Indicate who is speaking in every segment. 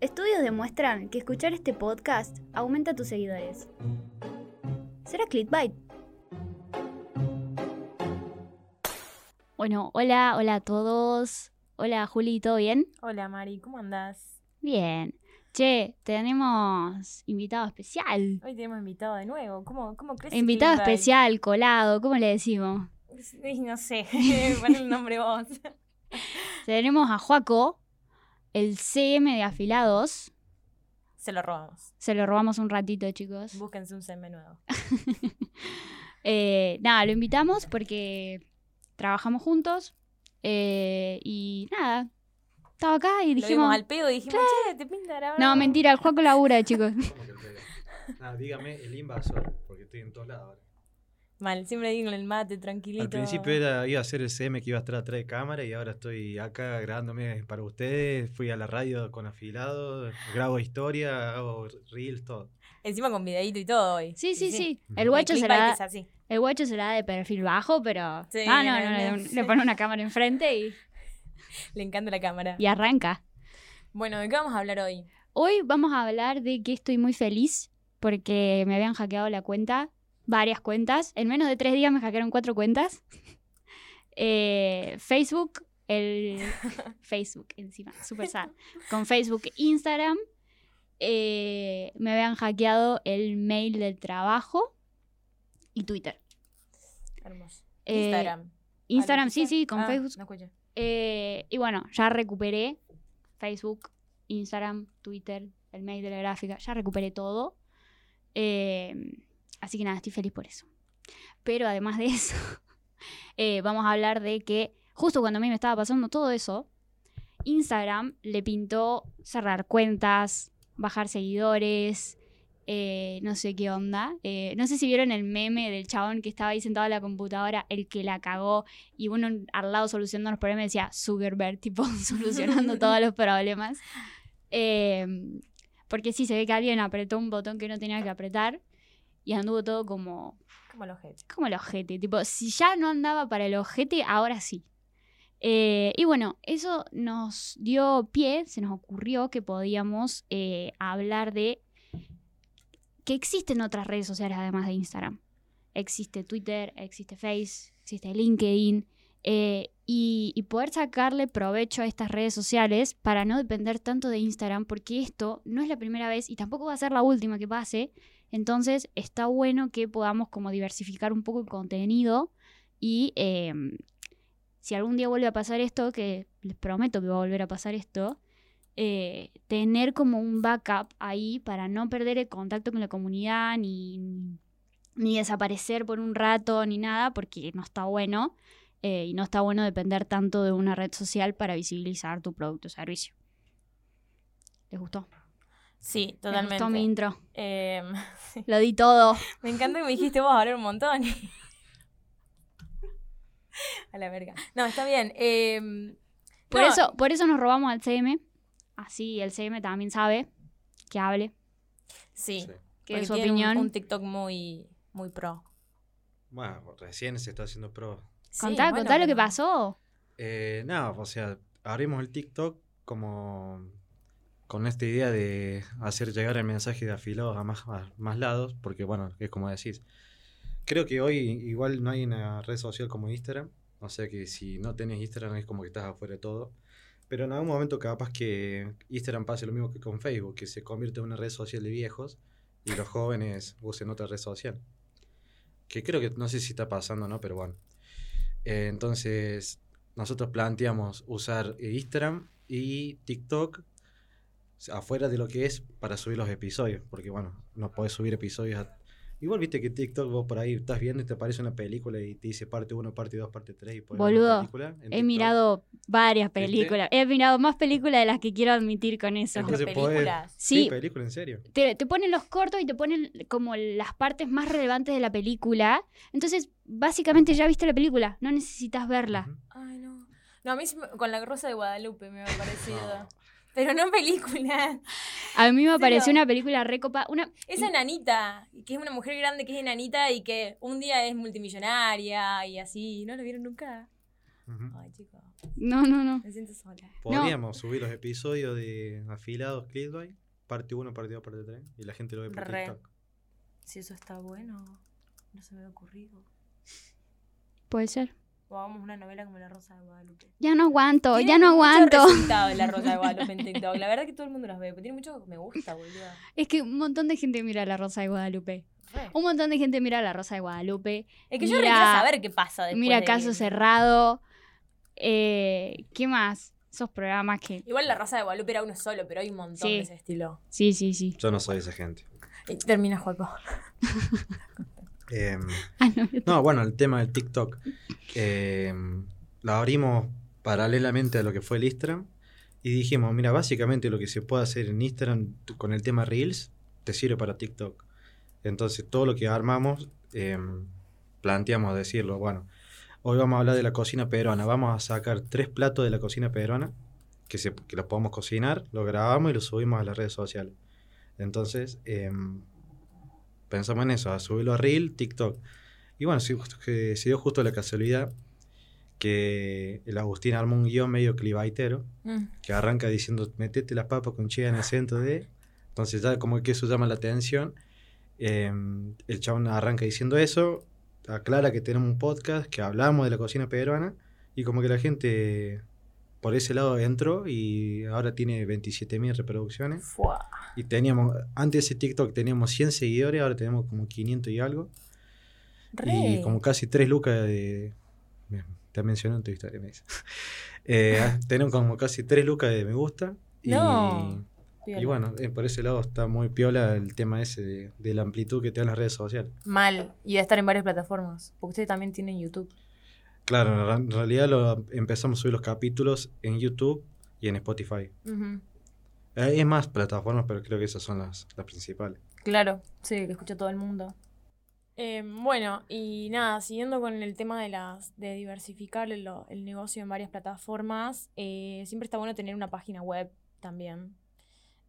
Speaker 1: Estudios demuestran que escuchar este podcast aumenta tus seguidores. ¿Será clickbait? Bueno, hola, hola a todos. Hola Juli, ¿todo bien?
Speaker 2: Hola Mari, ¿cómo andás?
Speaker 1: Bien. Che, tenemos invitado especial.
Speaker 2: Hoy tenemos invitado de nuevo. ¿Cómo, cómo crees? que
Speaker 1: Invitado
Speaker 2: iba a-
Speaker 1: especial, colado, ¿cómo le decimos?
Speaker 2: Sí, no sé, pon el nombre vos.
Speaker 1: Tenemos a Joaco, el CM de Afilados.
Speaker 2: Se lo robamos.
Speaker 1: Se lo robamos un ratito, chicos.
Speaker 2: Búsquense un CM nuevo.
Speaker 1: Eh, nada, lo invitamos porque trabajamos juntos eh, y nada, estaba acá y
Speaker 2: Lo vimos
Speaker 1: dijimos...
Speaker 2: al pedo y dijimos, che, te pinta grabar.
Speaker 1: No,
Speaker 2: algo?".
Speaker 1: mentira, el Juaco labura, chicos.
Speaker 3: Como que el pedo. Nada, dígame el invasor, porque estoy en todos lados. ahora.
Speaker 2: Mal, siempre digo en el mate, tranquilito.
Speaker 3: Al principio era, iba a ser el CM que iba a estar atrás de cámara y ahora estoy acá grabándome para ustedes. Fui a la radio con afilado, grabo historia, hago reels, todo.
Speaker 2: Encima con videíto y todo hoy.
Speaker 1: Sí, sí, sí. El
Speaker 2: El
Speaker 1: guacho se la
Speaker 2: clickbait es
Speaker 1: da,
Speaker 2: así.
Speaker 1: el guacho se la da de perfil bajo, pero...
Speaker 2: Sí,
Speaker 1: ah, no,
Speaker 2: no,
Speaker 1: no,
Speaker 2: no,
Speaker 1: le-
Speaker 2: sí.
Speaker 1: le pone una cámara enfrente y,
Speaker 2: Le encanta la cámara.
Speaker 1: y arranca.
Speaker 2: Bueno, ¿de qué vamos a hablar hoy?
Speaker 1: Hoy vamos a hablar de que estoy muy feliz porque me habían hackeado la cuenta, varias cuentas. En menos de tres días me hackearon cuatro cuentas. Eh, Facebook, el Facebook encima, super sad. Con Facebook, Instagram. eh, me habían hackeado el mail del trabajo y Twitter.
Speaker 2: Hermoso.
Speaker 1: Eh,
Speaker 2: Instagram.
Speaker 1: Instagram,
Speaker 2: Ah,
Speaker 1: sí, sí, con
Speaker 2: ah,
Speaker 1: Facebook.
Speaker 2: No escucho.
Speaker 1: Eh, y bueno, ya recuperé Facebook, Instagram, Twitter, el mail de la gráfica, ya recuperé todo. Eh, así que nada, estoy feliz por eso. Pero además de eso, eh, vamos a hablar de que justo cuando a mí me estaba pasando todo eso, Instagram le pintó cerrar cuentas, bajar seguidores, eh, no sé qué onda. Eh, no sé si vieron el meme del chabón que estaba ahí sentado a la computadora, el que la cagó, y uno al lado solucionando los problemas decía Zuckerberg, tipo solucionando todos los problemas. Eh, porque sí, se ve que alguien apretó un botón que no tenía que apretar y anduvo todo como
Speaker 2: Como los jefes.
Speaker 1: como el ojete. Tipo, si ya no andaba para el ojete, ahora sí. Eh, y bueno, eso nos dio pie, se nos ocurrió que podíamos eh, hablar de que existen otras redes sociales además de Instagram. Existe Twitter, existe Face, existe LinkedIn. eh, y, y poder sacarle provecho a estas redes sociales para no depender tanto de Instagram, porque esto no es la primera vez y tampoco va a ser la última que pase, entonces está bueno que podamos como diversificar un poco el contenido y eh, si algún día vuelve a pasar esto, que les prometo que va a volver a pasar esto, eh, tener como un backup ahí para no perder el contacto con la comunidad ni, ni desaparecer por un rato ni nada, porque no está bueno. eh, y no está bueno depender tanto de una red social para visibilizar tu producto o servicio. ¿Les gustó?
Speaker 2: Sí,
Speaker 1: ¿Les gustó mi
Speaker 2: totalmente.
Speaker 1: intro?
Speaker 2: Eh,
Speaker 1: Lo di todo.
Speaker 2: me encanta que me dijiste vos hablar un montón. A la verga. No, está bien. eh,
Speaker 1: Por,
Speaker 2: no,
Speaker 1: eso, por eso nos robamos al CM. Así el CM también sabe que hable,
Speaker 2: Sí.
Speaker 3: Sí.
Speaker 1: que
Speaker 2: porque
Speaker 1: es su
Speaker 2: tiene un-
Speaker 1: opinión.
Speaker 2: Un, TikTok muy, muy pro.
Speaker 3: Bueno, recién se está haciendo pro.
Speaker 2: Sí,
Speaker 1: contá,
Speaker 2: bueno,
Speaker 1: contá lo que
Speaker 2: pero-
Speaker 1: pasó.
Speaker 3: Eh, nada, o sea, abrimos el TikTok como con esta idea de hacer llegar el mensaje de afilados a más, a más lados, porque bueno, es como decís. Creo que hoy igual no hay una red social como Instagram, o sea que si no tenés Instagram es como que estás afuera de todo. Pero en algún momento capaz que Instagram pase lo mismo que con Facebook, que se convierte en una red social de viejos y los jóvenes usen otra red social. Que creo que no sé si está pasando, ¿no? Pero bueno. Eh, entonces, nosotros planteamos usar eh, Instagram y TikTok afuera de lo que es para subir los episodios, porque bueno, no podés subir episodios. a- Igual viste que TikTok vos por ahí estás viendo y te aparece una película y te dice parte 1, parte 2, parte 3 y podés ver una
Speaker 1: Boludo,
Speaker 3: película en
Speaker 1: He
Speaker 3: TikTok.
Speaker 1: mirado varias películas. He mirado más películas de las que quiero admitir con eso.
Speaker 2: Entonces-
Speaker 3: Entonces podés-
Speaker 2: películas.
Speaker 3: Sí,
Speaker 1: Sí.
Speaker 3: película, en serio.
Speaker 1: Te, te ponen los cortos y te ponen como las partes más relevantes de la película. Entonces, básicamente ya viste la película, no necesitas verla.
Speaker 3: Ujú.
Speaker 2: Ay, no. No, a mí se me- con la Rosa de Guadalupe me ha parecido.
Speaker 3: No.
Speaker 2: Pero no película.
Speaker 1: A mí
Speaker 2: ¿En
Speaker 1: me apareció
Speaker 2: serio?
Speaker 1: una película recopa, una
Speaker 2: Esa enanita, que es una mujer grande que es enanita y que un día es multimillonaria y así. ¿No lo vieron nunca?
Speaker 3: Ujú.
Speaker 2: Ay, chicos.
Speaker 1: No, no, no.
Speaker 4: Me siento sola.
Speaker 3: Podríamos subir los episodios de Afilados Clickbait, parte 1, parte 2, parte 3, y la gente lo ve por
Speaker 4: Re.
Speaker 3: TikTok.
Speaker 4: Si eso está bueno, no se me había ocurrido.
Speaker 1: Puede ser.
Speaker 4: O hagamos una novela como La Rosa de Guadalupe.
Speaker 1: Ya no aguanto,
Speaker 4: Tiene
Speaker 1: ya no
Speaker 4: mucho
Speaker 1: aguanto.
Speaker 4: resultado La Rosa de Guadalupe en TikTok. La verdad que todo el mundo las ve, pero tiene mucho que me gusta, boludo.
Speaker 1: Es que un montón de gente mira La Rosa de Guadalupe.
Speaker 4: Re.
Speaker 1: Un montón de gente mira La Rosa de Guadalupe.
Speaker 4: Es que yo
Speaker 1: Mira-
Speaker 4: re quiero saber qué pasa después.
Speaker 1: mira
Speaker 4: de-
Speaker 1: Caso Cerrado. Eh, ¿Qué más? Esos programas que...
Speaker 4: Igual La Rosa de Guadalupe era uno solo, pero hay un montón
Speaker 1: Sí.
Speaker 4: de ese estilo.
Speaker 1: Sí, sí, sí.
Speaker 3: Yo no soy esa gente.
Speaker 4: Y termina Juaco.
Speaker 3: Em,
Speaker 1: Ah, no, yo-
Speaker 3: No, bueno, el tema del TikTok. Eh, lo abrimos paralelamente a lo que fue el Instagram y dijimos, mira, básicamente lo que se puede hacer en Instagram t- con el tema Reels te sirve para TikTok. Entonces, todo lo que armamos, eh, planteamos decirlo, bueno, hoy vamos a hablar de la cocina peruana, vamos a sacar tres platos de la cocina peruana que, se, que los podamos cocinar, lo grabamos y lo subimos a las redes sociales. Entonces, em, pensamos en eso, a subirlo a Reel, TikTok. Y bueno, se, que se dio justo la casualidad que el Agustín armó un guión medio clivaitero
Speaker 4: Mm.
Speaker 3: que arranca diciendo metete las papas con chía en el centro de... Entonces ya como que eso llama la atención. Eh, el chabón arranca diciendo eso, aclara que tenemos un podcast, que hablamos de la cocina peruana y como que la gente por ese lado entró y ahora tiene 27.000 reproducciones.
Speaker 4: Fua.
Speaker 3: Y teníamos, antes de ese TikTok teníamos 100 seguidores, ahora tenemos como 500 y algo.
Speaker 4: Re.
Speaker 3: Y como casi tres lucas de. Bien, Te mencioné en tu historia, me dice. Eh, tenemos como casi tres lucas de me gusta. Y,
Speaker 4: No.
Speaker 3: y bueno, eh, por ese lado está muy piola el tema ese de, de la amplitud que te dan las redes sociales.
Speaker 4: Mal. Y de estar en varias plataformas. Porque ustedes también tienen YouTube.
Speaker 3: Claro, en ra- en realidad lo, empezamos a subir los capítulos en YouTube y en Spotify. Eh, Hay más plataformas, pero creo que esas son las, las principales.
Speaker 4: Claro, sí, que escucha todo el mundo. Em, bueno, y nada, siguiendo con el tema de las de diversificar el, lo- el negocio en varias plataformas, eh, siempre está bueno tener una página web también.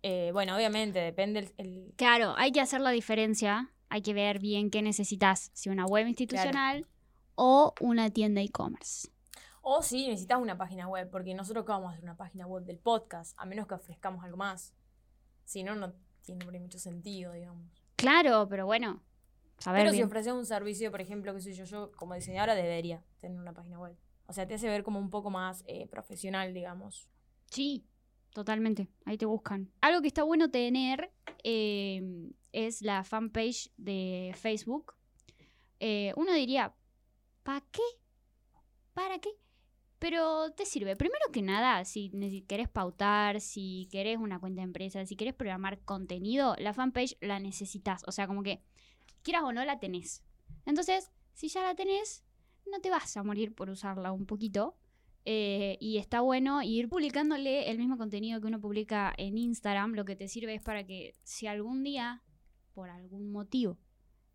Speaker 4: Eh, bueno, obviamente, depende el... el-
Speaker 1: Claro, hay que hacer la diferencia. Hay que ver bien qué necesitas. Si una web institucional o una tienda e-commerce.
Speaker 4: O si necesitas una página web, porque nosotros acá vamos a hacer una página web del podcast, a menos que ofrezcamos algo más. Si no, no tiene por ahí mucho sentido, digamos.
Speaker 1: Claro, pero bueno. Saber
Speaker 4: Pero si
Speaker 1: bien.
Speaker 4: ofreces un servicio, por ejemplo, qué sé yo, yo como diseñadora debería tener una página web. O sea, te hace ver como un poco más eh, profesional, digamos.
Speaker 1: Sí, totalmente. Ahí te buscan. Algo que está bueno tener eh, es la fanpage de Facebook. Eh, uno diría, ¿para qué? ¿Para qué? Pero te sirve. Primero que nada, si neces- querés pautar, si querés una cuenta de empresa, si querés programar contenido, la fanpage la necesitas. O sea, como que quieras o no la tenés. Entonces, si ya la tenés, no te vas a morir por usarla un poquito. Eh, y está bueno ir publicándole el mismo contenido que uno publica en Instagram. Lo que te sirve es para que si algún día, por algún motivo,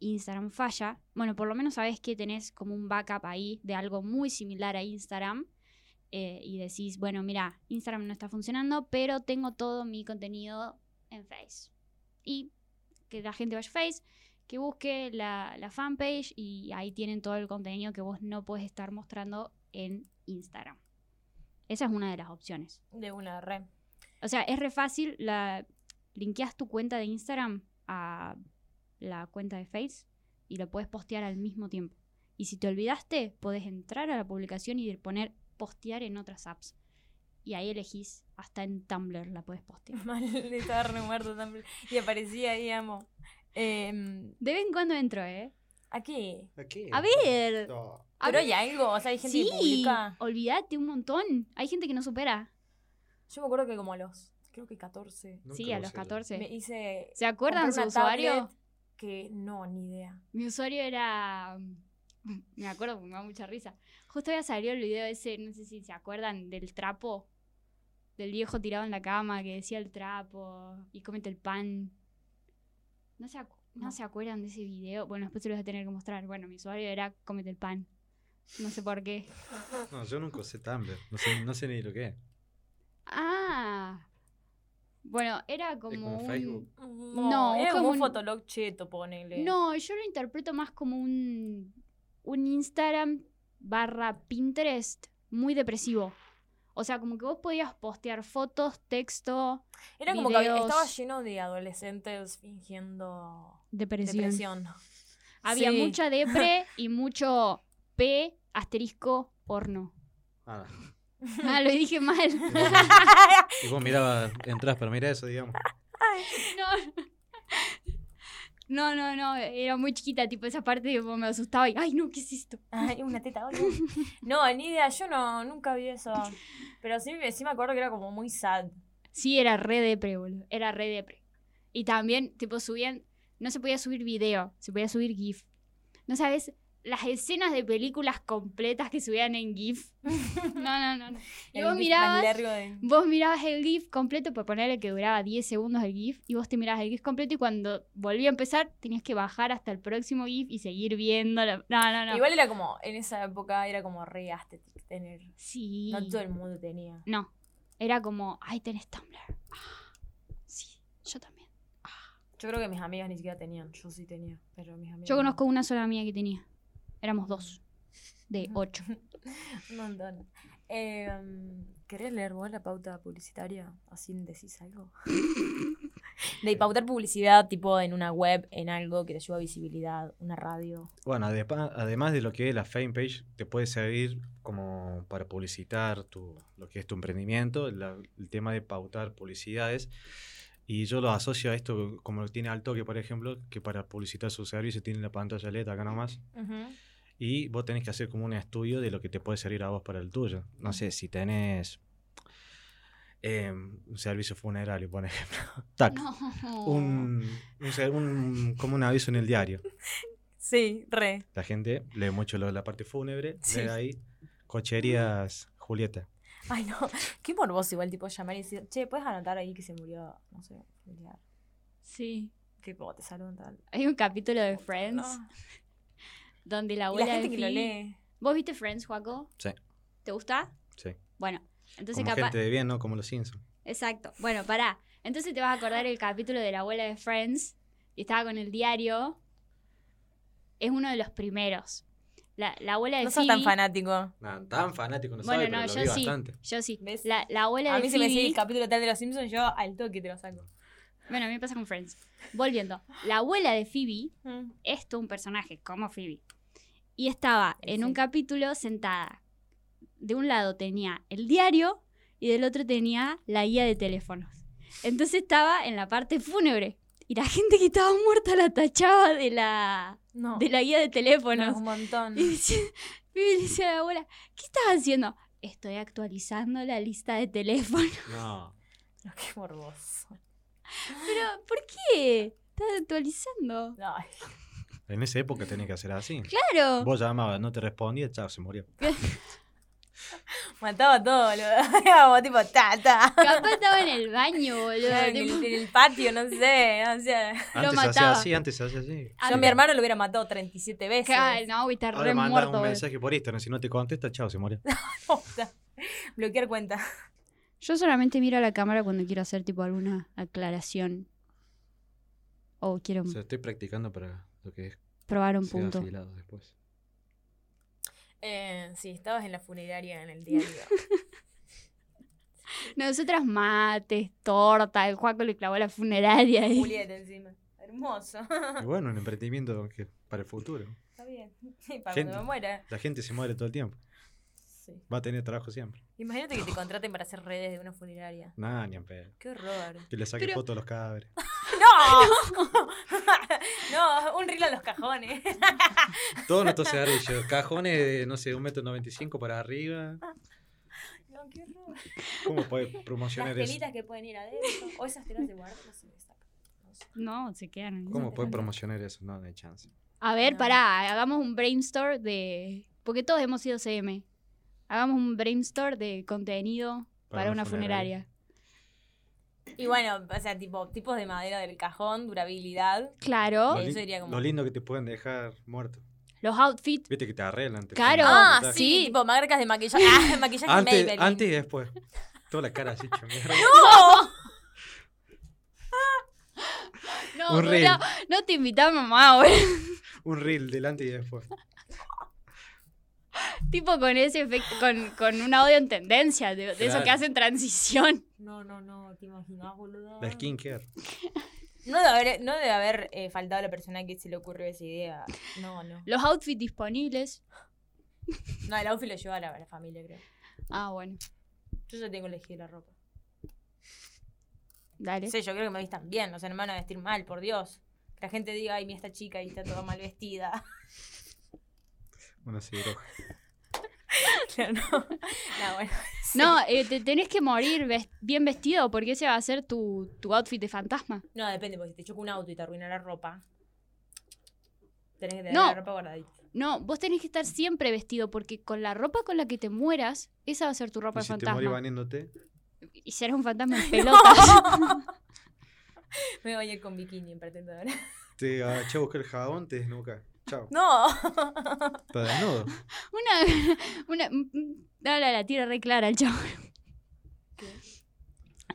Speaker 1: Instagram falla, bueno, por lo menos sabes que tenés como un backup ahí de algo muy similar a Instagram. eh, y decís, bueno, mira, Instagram no está funcionando, pero tengo todo mi contenido en Face. Y que la gente vaya a Face, que busque la, la fanpage y ahí tienen todo el contenido que vos no puedes estar mostrando en Instagram. Esa es una de las opciones.
Speaker 4: De una red.
Speaker 1: O sea, es re fácil, la, linkeas tu cuenta de Instagram a la cuenta de Face y la puedes postear al mismo tiempo. Y si te olvidaste, podés entrar a la publicación y poner postear en otras apps. Y ahí elegís, hasta en Tumblr la puedes postear.
Speaker 4: Mal, estaba re muerto también. Y aparecía ahí, amo. Eh,
Speaker 1: De vez en cuando entro, ¿eh?
Speaker 4: ¿A qué?
Speaker 1: A ver. a
Speaker 4: Pero
Speaker 1: ver-
Speaker 4: hay algo, o sea, hay gente
Speaker 1: sí,
Speaker 4: que publica.
Speaker 1: olvídate un montón. Hay gente que no supera.
Speaker 4: Yo me acuerdo que como a los, creo que 14,
Speaker 1: sí, a los 14.
Speaker 4: me hice...
Speaker 1: ¿Se acuerdan su
Speaker 4: compré una
Speaker 1: usuario?
Speaker 4: tablet Que no, ni idea.
Speaker 1: Mi usuario era. mm, Me acuerdo, porque me da mucha risa. Justo había salido el video ese, no sé si se acuerdan, del trapo. Del viejo tirado en la cama que decía el trapo y comete el pan. No se, acu- no
Speaker 4: No.
Speaker 1: se acuerdan de ese video. Bueno, después se los voy a tener que mostrar. Bueno, mi usuario era comete el pan. No sé por qué.
Speaker 3: No, yo nunca usé Tumblr. No sé, no sé ni lo que es.
Speaker 1: Ah. Bueno, era como.
Speaker 3: como
Speaker 1: un-
Speaker 3: Facebook.
Speaker 4: No,
Speaker 1: No,
Speaker 4: era
Speaker 1: es
Speaker 4: como
Speaker 1: como
Speaker 4: un
Speaker 1: un-
Speaker 4: fotolog cheto, ponele.
Speaker 1: No, yo lo interpreto más como un, un Instagram barra Pinterest muy depresivo. O sea, como que vos podías postear fotos, texto,
Speaker 4: Era como que había-
Speaker 1: videos.
Speaker 4: estaba lleno de adolescentes fingiendo
Speaker 1: depresión.
Speaker 4: depresión.
Speaker 1: Había
Speaker 4: Sí.
Speaker 1: mucha depre y mucho P asterisco porno.
Speaker 3: Ah,
Speaker 1: Ah, lo dije mal.
Speaker 3: y vos, y vos mirabas, entras para mirar eso, digamos.
Speaker 1: No. No, no, no, era muy chiquita, tipo esa parte tipo, me asustaba y, ay, no, ¿qué es esto?
Speaker 4: Ay, una teta, boludo. No, ni idea, yo no, nunca vi eso. Pero sí, sí me acuerdo que era como muy sad.
Speaker 1: Sí, era re depre, boludo, era re depre. Y también, tipo, subían, no se podía subir video, se podía subir GIF. No sabes, las escenas de películas completas que subían en GIF. No, no, no. no. Y
Speaker 4: El
Speaker 1: vos
Speaker 4: gif
Speaker 1: mirabas,
Speaker 4: tan largo de-
Speaker 1: Vos mirabas el GIF completo, por ponerle que duraba 10 segundos el GIF, y vos te mirabas el GIF completo y cuando volvía a empezar tenías que bajar hasta el próximo GIF y seguir viendo. la- No, no, no.
Speaker 4: Igual era como, en esa época era como re aesthetic tener.
Speaker 1: sí.
Speaker 4: No todo el mundo tenía.
Speaker 1: No. Era como, ay, tenés Tumblr. Ah, sí, yo también.
Speaker 4: Yo creo que mis amigas ni siquiera tenían, yo sí tenía, pero mis amigas.
Speaker 1: Yo
Speaker 4: no.
Speaker 1: conozco una sola amiga que tenía. Éramos dos. De ocho.
Speaker 4: Un montón. Eh, ¿Querés leer vos la pauta publicitaria? Así decís algo. de pautar publicidad, tipo en una web, en algo que te ayuda a visibilidad, una radio.
Speaker 3: Bueno, adepa- además de lo que es la fanpage, te puede servir como para publicitar tu, lo que es tu emprendimiento, la- el tema de pautar publicidades. Y yo lo asocio a esto, como lo tiene Altoque, por ejemplo, que para publicitar su servicio tiene la pantalla LED acá nomás. Y vos tenés que hacer como un estudio de lo que te puede salir a vos para el tuyo. No sé, si tenés eh, un servicio funerario, por ejemplo. Tac.
Speaker 1: No.
Speaker 3: Un, un ser- un- como un aviso en el diario.
Speaker 4: Sí, re.
Speaker 3: La gente lee mucho lo de la parte fúnebre,
Speaker 4: Sí.
Speaker 3: lee ahí cocherías Julieta.
Speaker 4: Ay, no. Qué morboso igual, tipo, llamar y decir, che, ¿puedes anotar ahí que se murió, no sé, familiar?
Speaker 1: Sí.
Speaker 4: Tipo, te saludan tal.
Speaker 1: Hay un capítulo de Friends
Speaker 4: No.
Speaker 1: donde la
Speaker 4: Y
Speaker 1: abuela
Speaker 4: la gente
Speaker 1: de
Speaker 4: que lo
Speaker 1: Phoebe-
Speaker 4: lee.
Speaker 1: ¿Vos viste Friends, Juaco?
Speaker 3: Sí.
Speaker 1: ¿Te gusta?
Speaker 3: Sí.
Speaker 1: Bueno, entonces
Speaker 3: como
Speaker 1: capaz...
Speaker 3: gente de bien, ¿no? Como los Simpsons.
Speaker 1: Exacto. Bueno, pará. Entonces te vas a acordar el capítulo de la abuela de Friends. Y estaba con el diario. Es uno de los primeros. La, la abuela de
Speaker 4: No sos
Speaker 1: Phoebe...
Speaker 4: tan fanático.
Speaker 3: Nah, tan fanático, no
Speaker 1: Bueno,
Speaker 3: sabe,
Speaker 1: no,
Speaker 3: pero lo
Speaker 1: yo
Speaker 3: vi
Speaker 1: sí.
Speaker 3: bastante.
Speaker 1: Yo sí.
Speaker 4: ¿Ves?
Speaker 1: La, la abuela
Speaker 4: A
Speaker 1: de
Speaker 4: mí si me
Speaker 1: Phoebe...
Speaker 4: decís el capítulo tal de los Simpsons, yo al toque te lo saco.
Speaker 1: Bueno, a mí me pasa con Friends. Volviendo. La abuela de Phoebe
Speaker 4: Mm,
Speaker 1: es todo un personaje, como Phoebe. Y estaba en
Speaker 4: Sí.
Speaker 1: un capítulo sentada. De un lado tenía el diario y del otro tenía la guía de teléfonos. Entonces estaba en la parte fúnebre. Y la gente que estaba muerta la tachaba de la,
Speaker 4: No.
Speaker 1: de la guía de
Speaker 4: No,
Speaker 1: teléfonos.
Speaker 4: un montón.
Speaker 1: Y decía- Phoebe le decía a la abuela, ¿qué estás haciendo? Estoy actualizando la lista de teléfonos.
Speaker 3: No.
Speaker 4: Qué morboso.
Speaker 1: Pero, ¿por qué? Estás actualizando.
Speaker 4: Ay,
Speaker 3: En esa época tenés que hacer así.
Speaker 1: Claro.
Speaker 3: Vos llamabas, no te respondía, chao, se murió.
Speaker 4: mataba todo, boludo. Era como tipo, ta, ta.
Speaker 1: Capaz estaba en el baño, boludo.
Speaker 4: En
Speaker 1: tipo-
Speaker 4: el, en el patio, no sé. O sea,
Speaker 3: Antes se
Speaker 1: mataba.
Speaker 3: hacía así, antes se hacía así.
Speaker 1: A
Speaker 4: yo a
Speaker 1: mí-
Speaker 4: mi hermano lo hubiera matado 37 veces.
Speaker 1: Claro, no, eh. y está
Speaker 3: Ahora
Speaker 1: re
Speaker 3: mandas
Speaker 1: muerto.
Speaker 3: un
Speaker 1: boludo.
Speaker 3: mensaje por Instagram, si no te contesta, chao, se murió.
Speaker 1: Em.
Speaker 4: Posta. Bloquear cuenta.
Speaker 1: Yo solamente miro a la cámara cuando quiero hacer tipo alguna aclaración. O quiero
Speaker 3: O sea, estoy practicando para lo que es
Speaker 1: probar un
Speaker 3: ser
Speaker 1: punto.
Speaker 3: afilado después.
Speaker 4: Eh, sí, estabas en la funeraria en el diario.
Speaker 1: Nosotras mates, torta, el Juaco le clavó la funeraria. y-
Speaker 4: Julieta encima. Hermoso.
Speaker 3: Y bueno, un emprendimiento que- para el futuro.
Speaker 4: Está bien. Y para
Speaker 3: Gente.
Speaker 4: cuando me muera.
Speaker 3: La gente se muere todo el tiempo.
Speaker 4: Sí.
Speaker 3: Va a tener trabajo siempre.
Speaker 4: Imagínate que te contraten para hacer redes de una funeraria.
Speaker 3: Nada, ni en pedo.
Speaker 4: Qué horror.
Speaker 3: Que le saque
Speaker 1: Pero-
Speaker 3: fotos a los cadáveres.
Speaker 4: ¡No! no, un reel a los cajones.
Speaker 3: Todos nuestros cigarrillos. Cajones de, no sé, un metro noventa y cinco para arriba.
Speaker 4: No, qué horror.
Speaker 3: ¿Cómo puedes
Speaker 4: Las
Speaker 3: promocionar eso?
Speaker 4: telitas que pueden ir adentro. O esas telas de guarda no se les saca. No sé.
Speaker 1: No, se quedan. ahí.
Speaker 3: ¿Cómo puedes promocionar eso? No, no hay chance.
Speaker 1: A ver,
Speaker 4: No.
Speaker 1: pará, hagamos un brainstorm de. Porque todos hemos sido CM. Hagamos un brainstorm de contenido para, una funeraria.
Speaker 4: Y bueno, o sea, tipo, tipos de madera del cajón, durabilidad.
Speaker 1: Claro,
Speaker 3: Lo,
Speaker 4: Eso
Speaker 3: lin-
Speaker 4: iría como-
Speaker 3: lo lindo que te pueden dejar muerto.
Speaker 1: los outfits.
Speaker 3: Viste que te arreglan. te
Speaker 1: Claro.
Speaker 3: ponen un
Speaker 4: ah,
Speaker 3: montaje.
Speaker 4: sí,
Speaker 1: Sí.
Speaker 4: tipo marcas de maquillaje. Ah, maquillaje
Speaker 3: Antes,
Speaker 4: Maybelline.
Speaker 3: antes y después. Toda la cara así, hecha mierda.
Speaker 4: ¡No!
Speaker 1: No,
Speaker 3: Un reel.
Speaker 1: no, no te invitaba mamá, boludo.
Speaker 3: Un reel delante y después.
Speaker 1: tipo con ese efecto, con, con un audio en tendencia, de, de eso
Speaker 3: Claro.
Speaker 1: que hacen transición.
Speaker 4: No, no, no, te imaginas, boludo.
Speaker 1: Ah.
Speaker 3: La skincare.
Speaker 4: No debe haber, no debe haber eh, faltado la persona que se le ocurrió esa idea. No, no.
Speaker 1: Los outfits disponibles.
Speaker 4: No, el outfit lo lleva a la, a la familia, creo.
Speaker 1: Ah, bueno,
Speaker 4: Yo ya tengo elegido la ropa.
Speaker 1: dale.
Speaker 4: Sí, yo creo que me vistan bien, o sea, no me van a vestir mal, por Dios. Que la gente diga, ay, mira esta chica y está toda mal vestida.
Speaker 3: Una cirugía.
Speaker 4: Claro, no. No, bueno.
Speaker 1: No, eh, te tenés que morir ves- bien vestido porque ese va a ser tu, tu outfit de fantasma.
Speaker 4: No, depende, porque si te choca un auto y te arruina la ropa, tenés que tener
Speaker 1: No.
Speaker 4: la ropa guardadita.
Speaker 1: No, vos tenés que estar siempre vestido porque con la ropa con la que te mueras, esa va a ser tu ropa de
Speaker 3: Y si te morís
Speaker 1: fantasma.
Speaker 3: bañándote,
Speaker 1: Y serás un fantasma en pelotas.
Speaker 4: Me voy a ir con bikini en pretendo ahora.
Speaker 3: te agachás a buscar el jabón, te desnuca. Chao.
Speaker 4: No.
Speaker 3: Está desnudo.
Speaker 1: Una. una mm, mm, no, la, la tira re clara el chavo.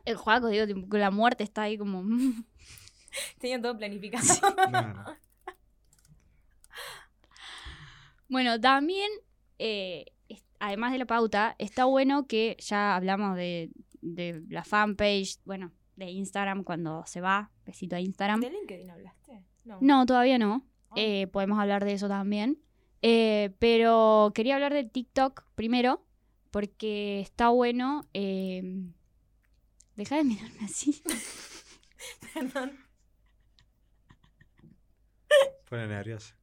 Speaker 1: El Juaco, digo, tipo, con la muerte está ahí como. mm.
Speaker 4: Tenía todo planificado.
Speaker 3: No, no.
Speaker 1: Bueno, también, eh, es- además de la pauta, está bueno que ya hablamos de, de la fanpage, bueno, de Instagram cuando se va. Besito a Instagram.
Speaker 4: ¿De LinkedIn hablaste? No.
Speaker 1: No, todavía no.
Speaker 4: Ah.
Speaker 1: Eh, podemos hablar de eso también. Eh, pero quería hablar de TikTok primero, porque está bueno. eh, Deja de mirarme así.
Speaker 4: Perdón.
Speaker 3: Pone nervioso.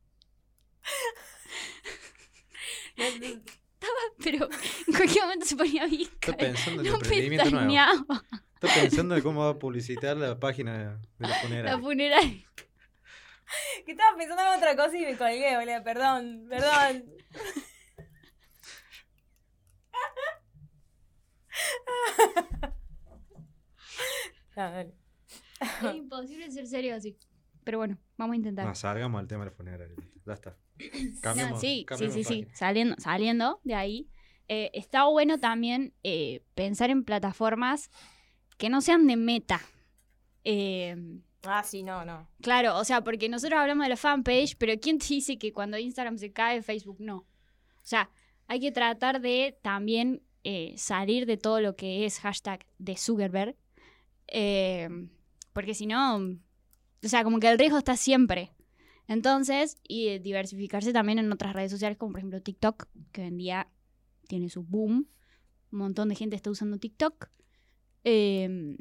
Speaker 1: Pero en cualquier momento se ponía visca.
Speaker 3: Estoy pensando en el
Speaker 1: No
Speaker 3: emprendimiento nuevo.
Speaker 1: pestañeaba
Speaker 3: Estoy pensando en cómo va a publicitar la página de la
Speaker 1: la
Speaker 3: funeraria.
Speaker 1: funeraria.
Speaker 4: Que estaba pensando en otra cosa y me colgué, boludo. Perdón, perdón. Ah, dale.
Speaker 1: Es imposible ser serio así. Pero bueno, vamos a intentar.
Speaker 3: No, salgamos al tema de la funeraria. Ya está. Cambiemos,
Speaker 1: No, Ah, sí, sí,
Speaker 3: cambiemos
Speaker 1: sí, sí.
Speaker 3: página.
Speaker 1: Saliendo, saliendo de ahí. eh, está bueno también eh, pensar en plataformas que no sean de meta. Eh,
Speaker 4: Ah, sí, no, no.
Speaker 1: claro, o sea, porque nosotros hablamos de la fanpage, pero ¿quién te dice que cuando Instagram se cae, Facebook no? O sea, hay que tratar de también eh, salir de todo lo que es hashtag de Zuckerberg. eh, porque si no, o sea, como que el riesgo está siempre. Entonces, y eh, diversificarse también en otras redes sociales, como por ejemplo TikTok, que hoy en día tiene su boom. Un montón de gente está usando TikTok. Eh,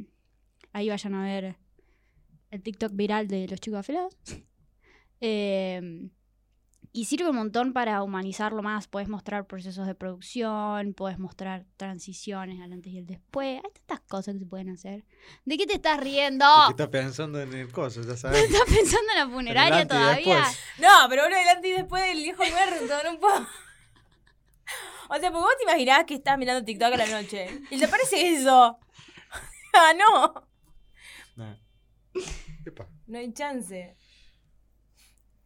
Speaker 1: ahí vayan a ver el TikTok viral de los chicos afilados. Eh, y sirve un montón para humanizarlo más. Puedes mostrar procesos de producción, puedes mostrar transiciones al antes y el después. Hay tantas cosas que se pueden hacer. ¿De qué te estás riendo?
Speaker 3: Y que está pensando en el coso, ya sabes.
Speaker 1: ¿Estás pensando en la
Speaker 3: En el
Speaker 1: funeraria
Speaker 3: antes y
Speaker 1: todavía?
Speaker 3: después.
Speaker 4: No, pero uno delante y después del viejo muerto, no puedo. O sea, porque vos te imaginás que estás mirando TikTok a la noche y te aparece eso. Ah, no.
Speaker 3: No. Epa.
Speaker 4: No hay chance.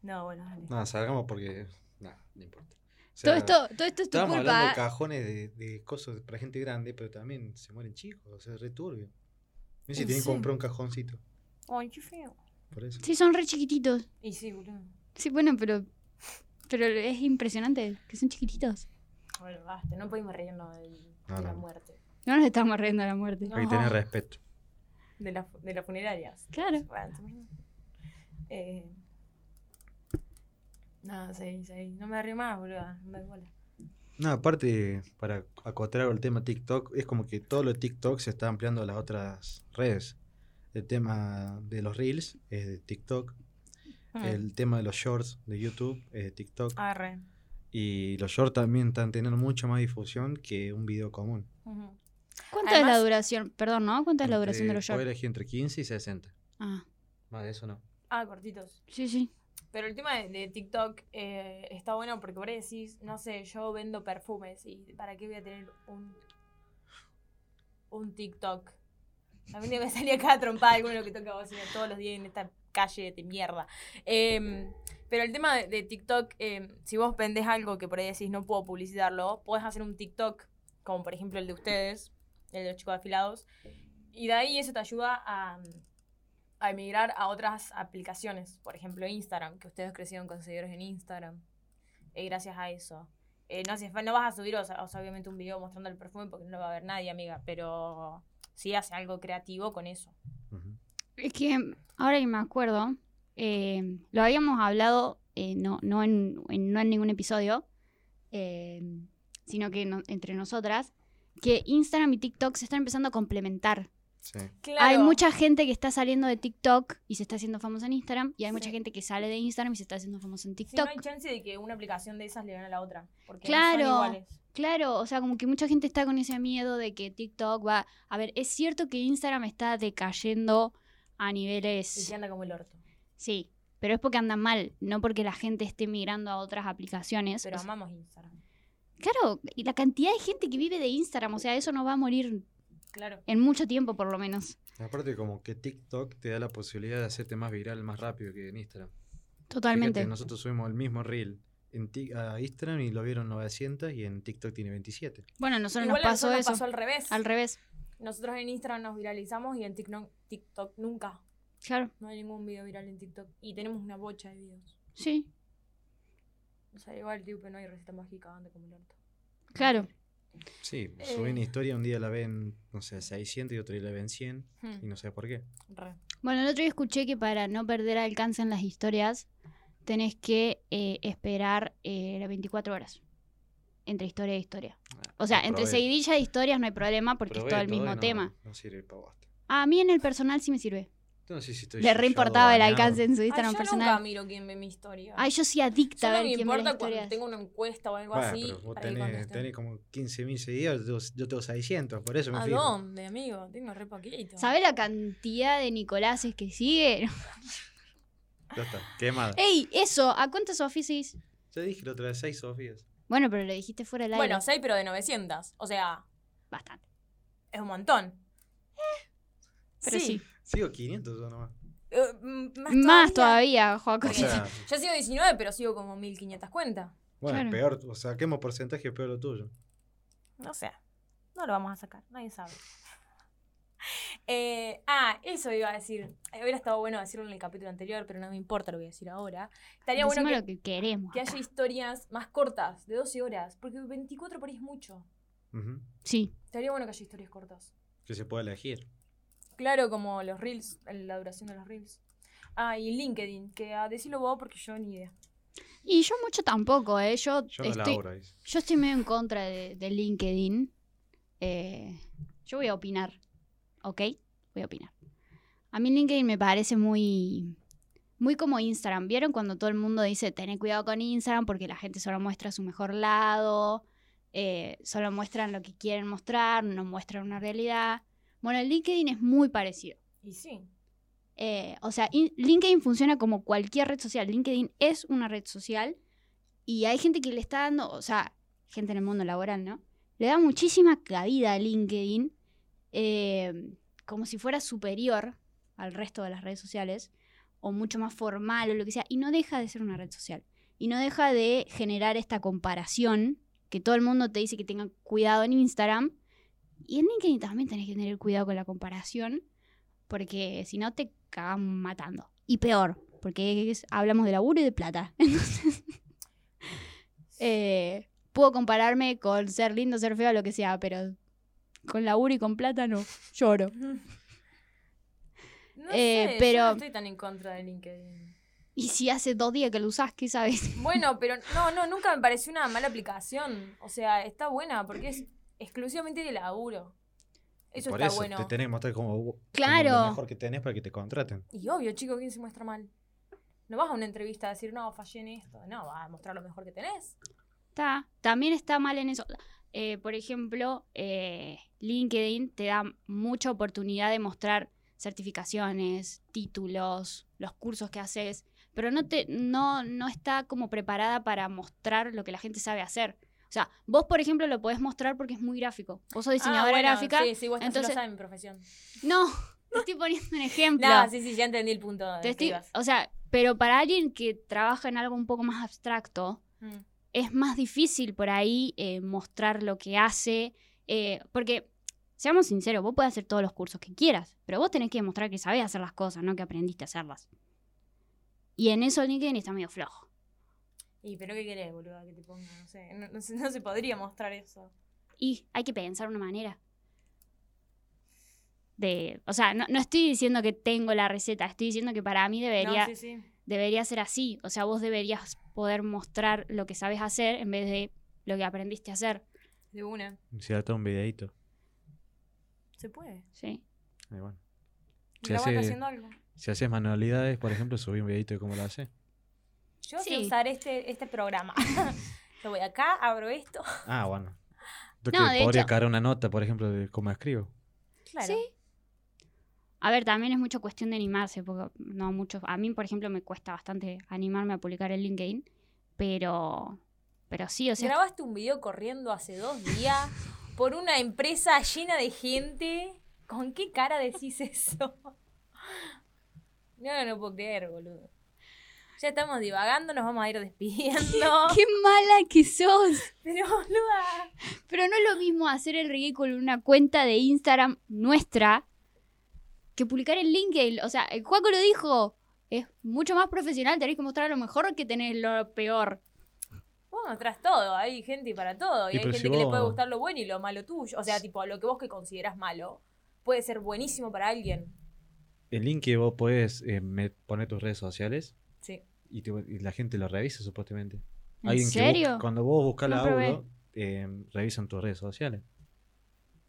Speaker 4: No, bueno, dale.
Speaker 3: No, salgamos porque. No, no importa. O sea,
Speaker 1: todo, esto, todo esto es tu
Speaker 3: Estábamos hablando
Speaker 1: culpa.
Speaker 3: de cajones de, de cosas para gente grande, pero también se mueren chicos, o sea, es returbio. No sé si
Speaker 4: Y
Speaker 3: tienen que
Speaker 4: sí.
Speaker 3: comprar un cajoncito,
Speaker 4: Ay, qué feo.
Speaker 3: por eso.
Speaker 1: ¿eh? Sí, son re chiquititos.
Speaker 4: Y sí, boludo.
Speaker 1: Sí, bueno, pero, pero es impresionante que son chiquititos.
Speaker 4: Bueno, basta, no podemos reírnos del-
Speaker 3: No,
Speaker 4: de la
Speaker 3: no.
Speaker 4: muerte.
Speaker 1: No nos estamos riendo a la muerte.
Speaker 4: No.
Speaker 3: Hay que tener respeto.
Speaker 4: De, la, de las funerarias.
Speaker 1: Claro.
Speaker 4: Bueno, entonces, eh, no, sí, sí. No me río más, boludo. No me bola.
Speaker 3: No, aparte, para acotar algo el tema TikTok, es como que todo lo de TikTok se está ampliando a las otras redes. El tema de los Reels es de TikTok,
Speaker 1: Mm.
Speaker 3: el tema de los Shorts de YouTube es de TikTok,
Speaker 4: Arre.
Speaker 3: y los Shorts también están teniendo mucha más difusión que un video común.
Speaker 4: Ujú.
Speaker 1: ¿Cuánta es la
Speaker 4: Además-
Speaker 1: duración? Perdón, ¿no? ¿Cuánta es la duración de
Speaker 3: Entre-
Speaker 1: los
Speaker 3: Puedo
Speaker 1: shorts?
Speaker 3: elegir entre 15 y 60.
Speaker 1: Ah,
Speaker 3: Más de eso no.
Speaker 4: Ah, cortitos.
Speaker 1: sí, sí.
Speaker 4: Pero el tema de, de TikTok eh, está bueno porque por ahí decís, no sé, yo vendo perfumes y ¿para qué voy a tener un, un TikTok? A mí me salía cada trompada alguno que toca bocina todos los días en esta calle de mierda. Em, pero el tema de, de TikTok, em, si vos vendés algo que por ahí decís no puedo publicitarlo, podés hacer un TikTok, como por ejemplo el de ustedes, el de los chicos afilados, y de ahí eso te ayuda a, a emigrar a otras aplicaciones, por ejemplo Instagram, que ustedes crecieron con seguidores en Instagram, eh, gracias a eso. eh, no, hace fa- no vas a subir, o sea, o sea, obviamente, un video mostrando el perfume porque no lo va a ver nadie, amiga, pero sí hace algo creativo con eso.
Speaker 3: Ujú.
Speaker 1: Es que ahora que me acuerdo, eh, lo habíamos hablado, eh, no, no, en, en- no en ningún episodio, eh, sino que no- entre nosotras, que Instagram y TikTok se están empezando a complementar.
Speaker 3: Sí.
Speaker 4: Claro.
Speaker 1: Hay mucha gente que está saliendo de TikTok y se está haciendo famosa en Instagram, y hay mucha
Speaker 4: Sí.
Speaker 1: gente que sale de Instagram y se está haciendo famosa en
Speaker 4: Sí, no
Speaker 1: TikTok.
Speaker 4: hay chance de que una aplicación de esas le gane a la otra. Porque
Speaker 1: Claro.
Speaker 4: no son iguales.
Speaker 1: Claro, o sea, como que mucha gente está con ese miedo de que TikTok va... A ver, es cierto que Instagram está decayendo a niveles...
Speaker 4: Y que anda como el orto.
Speaker 1: Sí, pero es porque andan mal, no porque la gente esté migrando a otras aplicaciones.
Speaker 4: Pero
Speaker 1: O sea,
Speaker 4: amamos Instagram.
Speaker 1: claro, y la cantidad de gente que vive de Instagram, o sea, eso no va a morir
Speaker 4: Claro.
Speaker 1: en mucho tiempo por lo menos.
Speaker 3: Aparte, como que TikTok te da la posibilidad de hacerte más viral más rápido que en Instagram.
Speaker 1: Totalmente.
Speaker 3: Fíjate, nosotros subimos el mismo reel en Tik- a Instagram y lo vieron 900 y en TikTok tiene 27.
Speaker 1: Bueno, a nosotros
Speaker 4: Igual a
Speaker 1: nos pasó
Speaker 4: nosotros
Speaker 1: eso.
Speaker 4: al revés.
Speaker 1: Al revés,
Speaker 4: Nosotros en Instagram nos viralizamos y en TikTok, TikTok nunca.
Speaker 1: claro,
Speaker 4: No hay ningún video viral en TikTok. Y tenemos una bocha de videos.
Speaker 1: sí,
Speaker 4: O sea, igual, tipo, no hay receta mágica, anda como el orto.
Speaker 1: claro.
Speaker 3: Sí,
Speaker 4: Eh.
Speaker 3: subí una historia, un día la ven, no sé, 600 y otro día la ven 100 y
Speaker 4: Hmm,
Speaker 3: no sé por qué.
Speaker 4: re.
Speaker 1: Bueno, el otro día escuché que para no perder alcance en las historias, tenés que eh, esperar eh, las 24 horas entre historia y historia. O sea, entre
Speaker 3: Probé-
Speaker 1: seguidilla de historias no hay problema porque
Speaker 3: probé
Speaker 1: es todo el mismo
Speaker 3: y no-
Speaker 1: tema.
Speaker 3: No sirve para bosta.
Speaker 1: A mí en el personal sí me sirve.
Speaker 3: Yo No sé si estoy
Speaker 1: Le
Speaker 3: yo- yo
Speaker 1: reimportaba el
Speaker 3: bañado.
Speaker 1: alcance en su
Speaker 4: Ay, yo
Speaker 1: Instagram
Speaker 4: nunca
Speaker 1: personal.
Speaker 4: miro quién ve mi historia.
Speaker 1: Ay, yo soy adicta
Speaker 4: Solo
Speaker 1: a ver
Speaker 4: me
Speaker 1: quién ve las
Speaker 4: importa cuando
Speaker 1: historias.
Speaker 4: tengo una encuesta o algo
Speaker 3: Bueno,
Speaker 4: así.
Speaker 3: pero vos
Speaker 4: para que
Speaker 3: tenés,
Speaker 4: contesten.
Speaker 3: tenés como 15.000 seguidores, yo, yo tengo 600, por eso me
Speaker 1: Ah,
Speaker 4: ¿A
Speaker 3: fijo.
Speaker 4: dónde, amigo? Tengo re poquito.
Speaker 1: ¿Sabés la cantidad de Nicoláses que sigue?
Speaker 3: Ya está, quemada.
Speaker 1: ¡Ey! Eso, ¿a cuántas oficios?
Speaker 3: Yo dije la otra vez 6 Sofías.
Speaker 1: Bueno, pero lo dijiste fuera del aire.
Speaker 4: Bueno, 6 pero de 900. O sea,
Speaker 1: bastante.
Speaker 4: es un montón.
Speaker 1: Pero sí.
Speaker 3: Sigo 500 yo nomás.
Speaker 4: Eh, mm, más,
Speaker 1: Más todavía, Joaco.
Speaker 3: O sea,
Speaker 4: Yo sigo 19, pero sigo como 1500 cuentas.
Speaker 3: bueno,
Speaker 1: Claro.
Speaker 3: peor, o saquemos porcentaje, peor lo tuyo.
Speaker 4: No sé. No lo vamos a sacar. Nadie sabe. Eh, ah, eso iba a decir. Eh, Hubiera estado bueno decirlo en el capítulo anterior, pero no me importa, lo voy a decir ahora. Estaría
Speaker 1: Decimos
Speaker 4: bueno
Speaker 1: lo que queremos.
Speaker 4: que, que
Speaker 1: acá.
Speaker 4: haya historias más cortas, de 12 horas, porque 24 por ahí es mucho.
Speaker 3: Ujú.
Speaker 1: Sí.
Speaker 4: Estaría bueno que haya historias cortas.
Speaker 3: Que se pueda elegir.
Speaker 4: Claro, como los reels, el- la duración de los reels. Ah, y LinkedIn, que a decirlo vos porque yo ni idea.
Speaker 1: Y yo mucho tampoco, ¿eh? Yo,
Speaker 3: Yo no
Speaker 1: estoy,
Speaker 3: laburo ahí.
Speaker 1: yo estoy medio en contra de, de LinkedIn. Eh, yo voy a opinar. ¿Ok? Voy a opinar. A mí LinkedIn me parece muy. Muy como Instagram. ¿Vieron cuando todo el mundo dice tener cuidado con Instagram porque la gente solo muestra su mejor lado? eh, solo muestran lo que quieren mostrar, no muestran una realidad. Bueno, LinkedIn es muy parecido.
Speaker 4: Y sí.
Speaker 1: Eh, o sea, in- LinkedIn funciona como cualquier red social. LinkedIn es una red social y hay gente que le está dando, o sea, gente en el mundo laboral, ¿no? Le da muchísima cabida a LinkedIn eh, como si fuera superior al resto de las redes sociales o mucho más formal o lo que sea. Y no deja de ser una red social. Y no deja de generar esta comparación que todo el mundo te dice que tengan cuidado en Instagram. Y en LinkedIn también tenés que tener cuidado con la comparación porque si no te cagan matando. Y peor, porque es- hablamos de laburo y de plata. Entonces, eh, puedo compararme con ser lindo, ser feo, lo que sea, pero con laburo y con plata no, lloro.
Speaker 4: No
Speaker 1: Eh,
Speaker 4: sé,
Speaker 1: pero-
Speaker 4: yo no estoy tan en contra de LinkedIn.
Speaker 1: Y si hace dos días que lo usás, ¿qué sabes?
Speaker 4: Bueno, pero no, no, nunca me pareció una mala aplicación. O sea, está buena porque es exclusivamente de laburo. Eso
Speaker 3: por
Speaker 4: está
Speaker 3: eso
Speaker 4: bueno.
Speaker 3: te tenés que mostrar como, como
Speaker 1: Claro.
Speaker 3: lo mejor que tenés para que te contraten.
Speaker 4: Y obvio, chico, ¿quién se muestra mal? No vas a una entrevista a decir, no, fallé en esto. No, vas a mostrar lo mejor que tenés. Ah,
Speaker 1: Está, también está mal en eso. Eh, por ejemplo, eh, LinkedIn te da mucha oportunidad de mostrar certificaciones, títulos, los cursos que haces, pero no, te, no, no está como preparada para mostrar lo que la gente sabe hacer. O sea, vos, por ejemplo, lo podés mostrar porque es muy gráfico. Vos sos diseñadora
Speaker 4: Ah, bueno,
Speaker 1: gráfica.
Speaker 4: Sí, sí, vos estás
Speaker 1: entonces-
Speaker 4: celosa de mi profesión.
Speaker 1: No, te estoy poniendo un ejemplo.
Speaker 4: Nada, sí, sí, ya entendí el punto.
Speaker 1: Te
Speaker 4: De
Speaker 1: estoy-
Speaker 4: que ibas.
Speaker 1: o sea, pero para alguien que trabaja en algo un poco más abstracto,
Speaker 4: Mm.
Speaker 1: es más difícil por ahí eh, mostrar lo que hace. eh, porque, seamos sinceros, vos podés hacer todos los cursos que quieras, pero vos tenés que demostrar que sabés hacer las cosas, no que aprendiste a hacerlas. Y en eso LinkedIn está medio flojo.
Speaker 4: Y, pero ¿qué querés, boludo? Que te ponga, no sé. No, no se, no se podría mostrar eso.
Speaker 1: Y hay que pensar una manera. De, o sea, no, no estoy diciendo que tengo la receta, estoy diciendo que para mí debería,
Speaker 4: No, sí, sí.
Speaker 1: debería ser así. O sea, vos deberías poder mostrar lo que sabes hacer en vez de lo que aprendiste a hacer.
Speaker 4: De una.
Speaker 3: Se da todo un videito.
Speaker 4: Se puede.
Speaker 1: ¿sí?
Speaker 3: Ahí bueno.
Speaker 4: Y
Speaker 3: Se
Speaker 4: la
Speaker 3: hace-
Speaker 4: vaca haciendo algo.
Speaker 3: Si haces manualidades, por ejemplo, subí un videito de cómo lo hace.
Speaker 4: Yo sé
Speaker 1: Sí.
Speaker 4: usar este, este programa. Lo voy acá, abro esto.
Speaker 3: Ah, bueno. Yo
Speaker 1: No,
Speaker 3: que
Speaker 1: de
Speaker 3: podría
Speaker 1: hecho-
Speaker 3: caer una nota, por ejemplo, de cómo escribo.
Speaker 4: Claro.
Speaker 1: Sí. A ver, también es mucho cuestión de animarse, porque no muchos. A mí, por ejemplo, me cuesta bastante animarme a publicar en LinkedIn, pero. Pero sí, o sea.
Speaker 4: Grabaste un video corriendo hace dos días por una empresa llena de gente. ¿Con qué cara decís eso? No, no puedo creer, boludo. Ya estamos divagando, nos vamos a ir despidiendo.
Speaker 1: ¡Qué mala que sos!
Speaker 4: Pero, boluda.
Speaker 1: Pero no es lo mismo hacer el ridículo en una cuenta de Instagram nuestra que publicar en LinkedIn. O sea, el Juaco lo dijo. Es mucho más profesional, tenés que mostrar lo mejor que tenés lo peor.
Speaker 4: Vos mostrás todo, hay gente para todo. Y,
Speaker 3: Y
Speaker 4: hay
Speaker 3: pero
Speaker 4: gente
Speaker 3: si
Speaker 4: que le
Speaker 3: vos-
Speaker 4: puede gustar lo bueno y lo malo tuyo. O sea, tipo, lo que vos que considerás malo puede ser buenísimo para alguien.
Speaker 3: El link que vos podés eh, me- poner tus redes sociales
Speaker 4: Sí.
Speaker 3: y, te- y la gente lo revisa, supuestamente.
Speaker 1: ¿En
Speaker 3: Alguien que busque-
Speaker 1: serio?
Speaker 3: cuando vos buscas la
Speaker 1: No probé.
Speaker 3: audio, eh, revisan tus redes sociales.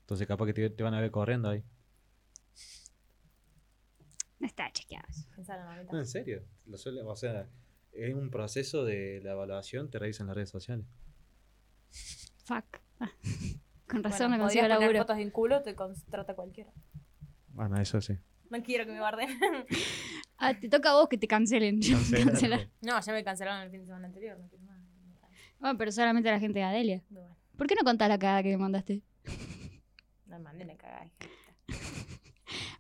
Speaker 3: Entonces, capaz que te, te van a ver corriendo ahí.
Speaker 1: No está chequeado. eso.
Speaker 4: Pensalo, mamita.
Speaker 3: No, en serio. Lo suele- o sea, es un proceso de la evaluación, te revisan las redes sociales.
Speaker 1: Fuck. Ah. Con razón
Speaker 4: Bueno,
Speaker 1: no consigo
Speaker 4: podrías poner
Speaker 1: laburo.
Speaker 4: fotos en culo, te contrata cualquiera.
Speaker 3: Bueno, eso sí.
Speaker 4: No quiero que me guarden.
Speaker 1: Ah, te toca a vos que te cancelen. Cancelar.
Speaker 4: No, ya me cancelaron el fin de semana anterior. No quiero más.
Speaker 1: Bueno, Ah, pero solamente la gente de Adelia.
Speaker 4: No, bueno,
Speaker 1: ¿Por qué no contás la cagada que me mandaste?
Speaker 4: no me manden a cagar. hijita.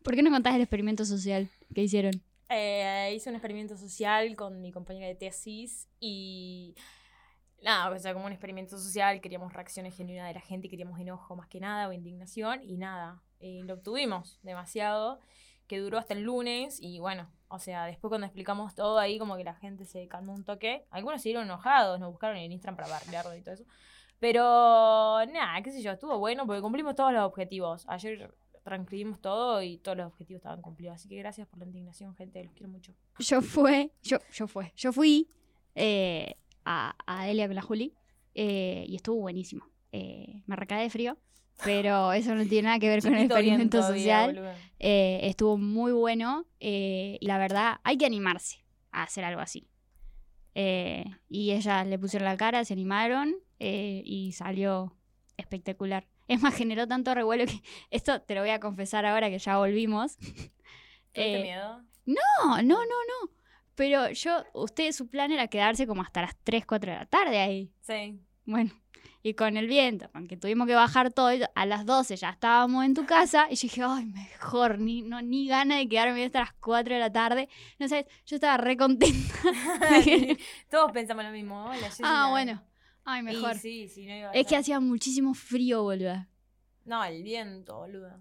Speaker 1: ¿Por qué no contás el experimento social que hicieron?
Speaker 4: Eh, hice un experimento social con mi compañera de tesis y. Nada, o sea, como un experimento social, queríamos reacciones genuinas de la gente, queríamos enojo más que nada o indignación y nada. eh, lo obtuvimos demasiado, que duró hasta el lunes y bueno, o sea, después cuando explicamos todo ahí, como que la gente se calmó un toque. Algunos se dieron enojados, nos buscaron en Instagram para bardearlo y todo eso. Pero nada, qué sé yo, estuvo bueno porque cumplimos todos los objetivos. Ayer transcribimos todo y todos los objetivos estaban cumplidos. Así que gracias por la indignación, gente. Los quiero mucho.
Speaker 1: Yo fue, yo, yo fue, yo fui eh, a, a Adelia con la Juli eh, y estuvo buenísimo. Eh, me recae de frío, pero eso no tiene nada que ver con el
Speaker 4: Chiquito bien
Speaker 1: experimento
Speaker 4: todavía,
Speaker 1: social.
Speaker 4: boludo.
Speaker 1: Eh, estuvo muy bueno eh, y la verdad hay que animarse a hacer algo así. Eh, y ellas le pusieron la cara, se animaron eh, y salió espectacular. Es más, generó tanto revuelo que esto te lo voy a confesar ahora que ya volvimos.
Speaker 4: ¿Tuviste
Speaker 1: Eh,
Speaker 4: miedo?
Speaker 1: no, no, no, no. Pero yo, ustedes su plan era quedarse como hasta las 3, 4 de la tarde ahí.
Speaker 4: Sí.
Speaker 1: Bueno, y con el viento, aunque tuvimos que bajar todo, y- a las 12 ya estábamos en tu casa y yo dije, ay, mejor, ni, no, ni gana de quedarme hasta las 4 de la tarde. No sabes, yo estaba re contenta.
Speaker 4: Todos pensamos lo mismo. Hola, Jessica.
Speaker 1: ah, bueno, ay,
Speaker 4: Y
Speaker 1: mejor.
Speaker 4: sí, sí, no iba a
Speaker 1: es que
Speaker 4: ser.
Speaker 1: hacía muchísimo frío, boluda.
Speaker 4: No, el viento, boludo.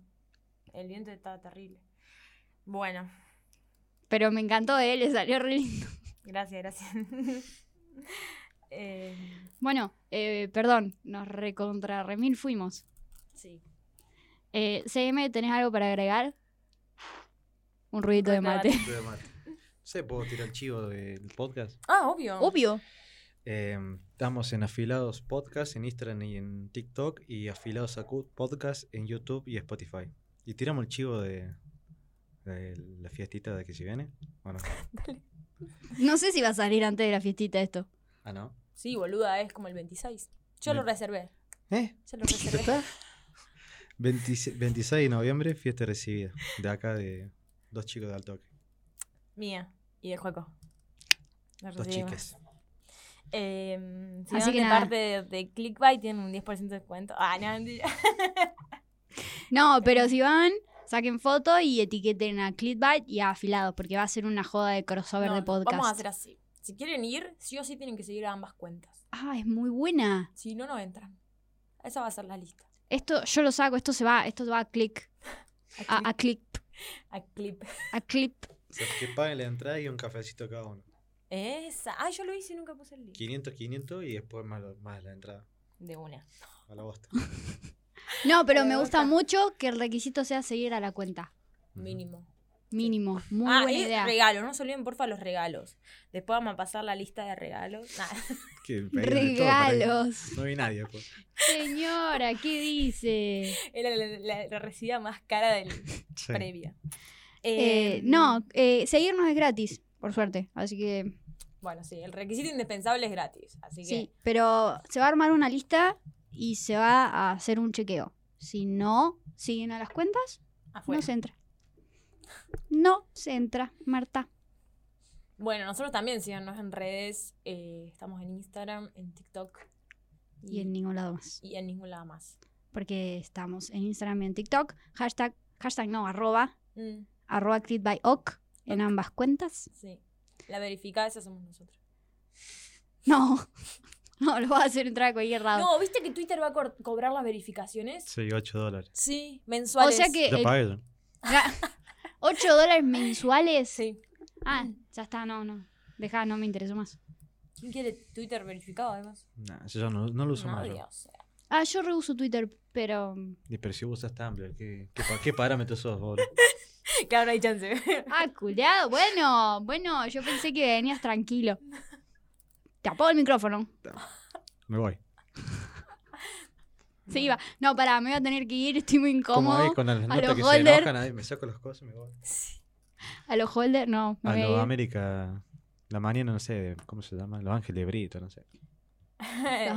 Speaker 4: El viento estaba terrible. Bueno,
Speaker 1: Pero me encantó, ¿eh? Le salió re lindo.
Speaker 4: gracias, gracias. Eh,
Speaker 1: Bueno, eh, perdón, nos recontra remil fuimos.
Speaker 4: sí.
Speaker 1: Eh, CM, ¿tenés algo para agregar? Un ruidito de
Speaker 4: Recabar.
Speaker 1: mate.
Speaker 3: No sé, puedo tirar el chivo del podcast.
Speaker 4: Ah, obvio.
Speaker 1: Obvio.
Speaker 3: Eh, estamos en Afilados Podcast en Instagram y en TikTok y Afilados Acut Podcast en YouTube y Spotify. Y tiramos el chivo de, de la fiestita de que si viene. ¿o no?
Speaker 1: No sé si va a salir antes de la fiestita esto.
Speaker 3: Ah, no.
Speaker 4: Sí, boluda, es como el 26. Yo lo
Speaker 3: Ve-
Speaker 4: reservé.
Speaker 3: ¿Eh?
Speaker 4: Yo lo reservé.
Speaker 3: ¿Ya está? 26, 26 de noviembre, fiesta recibida. De acá de dos chicos de Altoque.
Speaker 4: Mía y de Juaco. Nos
Speaker 3: Dos
Speaker 4: recibimos.
Speaker 3: chicas.
Speaker 4: Eh, si
Speaker 1: Así
Speaker 4: Así
Speaker 1: que
Speaker 4: que
Speaker 1: nada.
Speaker 4: parte de, de Clickbait tienen un 10% de descuento. Ah, no, mentira.
Speaker 1: No, pero si van, saquen foto y etiqueten a Clickbait y a Afilados, porque va a ser una joda de crossover
Speaker 4: No,
Speaker 1: de podcast.
Speaker 4: Vamos a hacer así. Si quieren ir, sí o sí tienen que seguir a ambas cuentas.
Speaker 1: Ah, es muy buena.
Speaker 4: Si no, no entran. Esa va a ser la lista.
Speaker 1: Esto yo lo saco, esto se va, esto va a click,
Speaker 4: A,
Speaker 1: a, a clip,
Speaker 4: clip.
Speaker 1: a clip.
Speaker 3: O sea, que paguen la entrada y un cafecito cada uno.
Speaker 4: Esa. Ah, yo lo hice y nunca puse el link.
Speaker 3: 500, 500 y después más, lo- más la entrada.
Speaker 4: De una.
Speaker 3: A la bosta.
Speaker 1: No, pero
Speaker 4: Me
Speaker 1: me gusta
Speaker 4: gusta.
Speaker 1: mucho que el requisito sea seguir a la cuenta.
Speaker 3: Ujú.
Speaker 4: Mínimo.
Speaker 1: Mínimo. Muy
Speaker 4: ah,
Speaker 1: buena
Speaker 4: y
Speaker 1: idea.
Speaker 4: regalos. No se olviden, porfa, los regalos. Después vamos a pasar la lista de regalos. Nah.
Speaker 3: Mm. Que pedían de todo para ir.
Speaker 1: Regalos.
Speaker 3: No vi nadie. pues.
Speaker 1: Señora, ¿qué dice?
Speaker 4: Era la, la- la recibida más cara del
Speaker 3: Sí.
Speaker 4: previa.
Speaker 1: Eh,
Speaker 4: Em,
Speaker 1: no, eh, seguirnos es gratis, por suerte. Así que
Speaker 4: Bueno, sí, el requisito indispensable es gratis. Así que.
Speaker 1: sí, pero se va a armar una lista y se va a hacer un chequeo. Si no siguen a las cuentas,
Speaker 4: afuera.
Speaker 1: no se entra. No se entra, Marta.
Speaker 4: Bueno, nosotros también síganos en redes. eh, estamos en Instagram, en TikTok
Speaker 1: Y en ningún lado más.
Speaker 4: y en ningún lado más.
Speaker 1: Porque estamos en Instagram y en TikTok. Hashtag, hashtag no, arroba,
Speaker 4: Mm,
Speaker 1: arroba clit by oc en ambas cuentas.
Speaker 4: sí. La verificada, esa somos nosotros.
Speaker 1: No, no, lo va a hacer entrar a cualquier lado.
Speaker 4: No, ¿viste que Twitter va a cor- cobrar las verificaciones?
Speaker 3: Sí, 8 dólares.
Speaker 4: Sí,
Speaker 1: o
Speaker 4: mensuales.
Speaker 1: sea que
Speaker 3: Ya pagué yo.
Speaker 1: 8 dólares mensuales.
Speaker 4: Sí.
Speaker 1: Ah, ya está, no, no. Deja, no me interesó más.
Speaker 4: ¿Quién quiere Twitter verificado, además?
Speaker 3: Nah, yo ya no, no lo uso
Speaker 4: No,
Speaker 3: más. yo.
Speaker 4: Dios.
Speaker 1: Ah, yo reuso Twitter, pero.
Speaker 3: Y pero si usas Tumblr, ¿qué, qué, pa- qué parámetros sos, boludo?
Speaker 4: Claro, no hay chance.
Speaker 1: Ah, culiado. Bueno, bueno, yo pensé que venías tranquilo. Te apago el micrófono.
Speaker 3: Me voy.
Speaker 1: Se iba. No, pará, me voy a tener que ir, estoy muy
Speaker 3: Como ahí
Speaker 1: incómodo.
Speaker 3: con las
Speaker 1: los
Speaker 3: notas que se
Speaker 1: Holder.
Speaker 3: enojan, ahí me saco las cosas y me voy.
Speaker 1: A los holders, no. Me
Speaker 3: A
Speaker 1: voy a
Speaker 3: los
Speaker 1: ir.
Speaker 3: Ah, América, la mañana, no sé, de- ¿cómo se llama? Los Ángeles de Brito, no sé.
Speaker 1: Los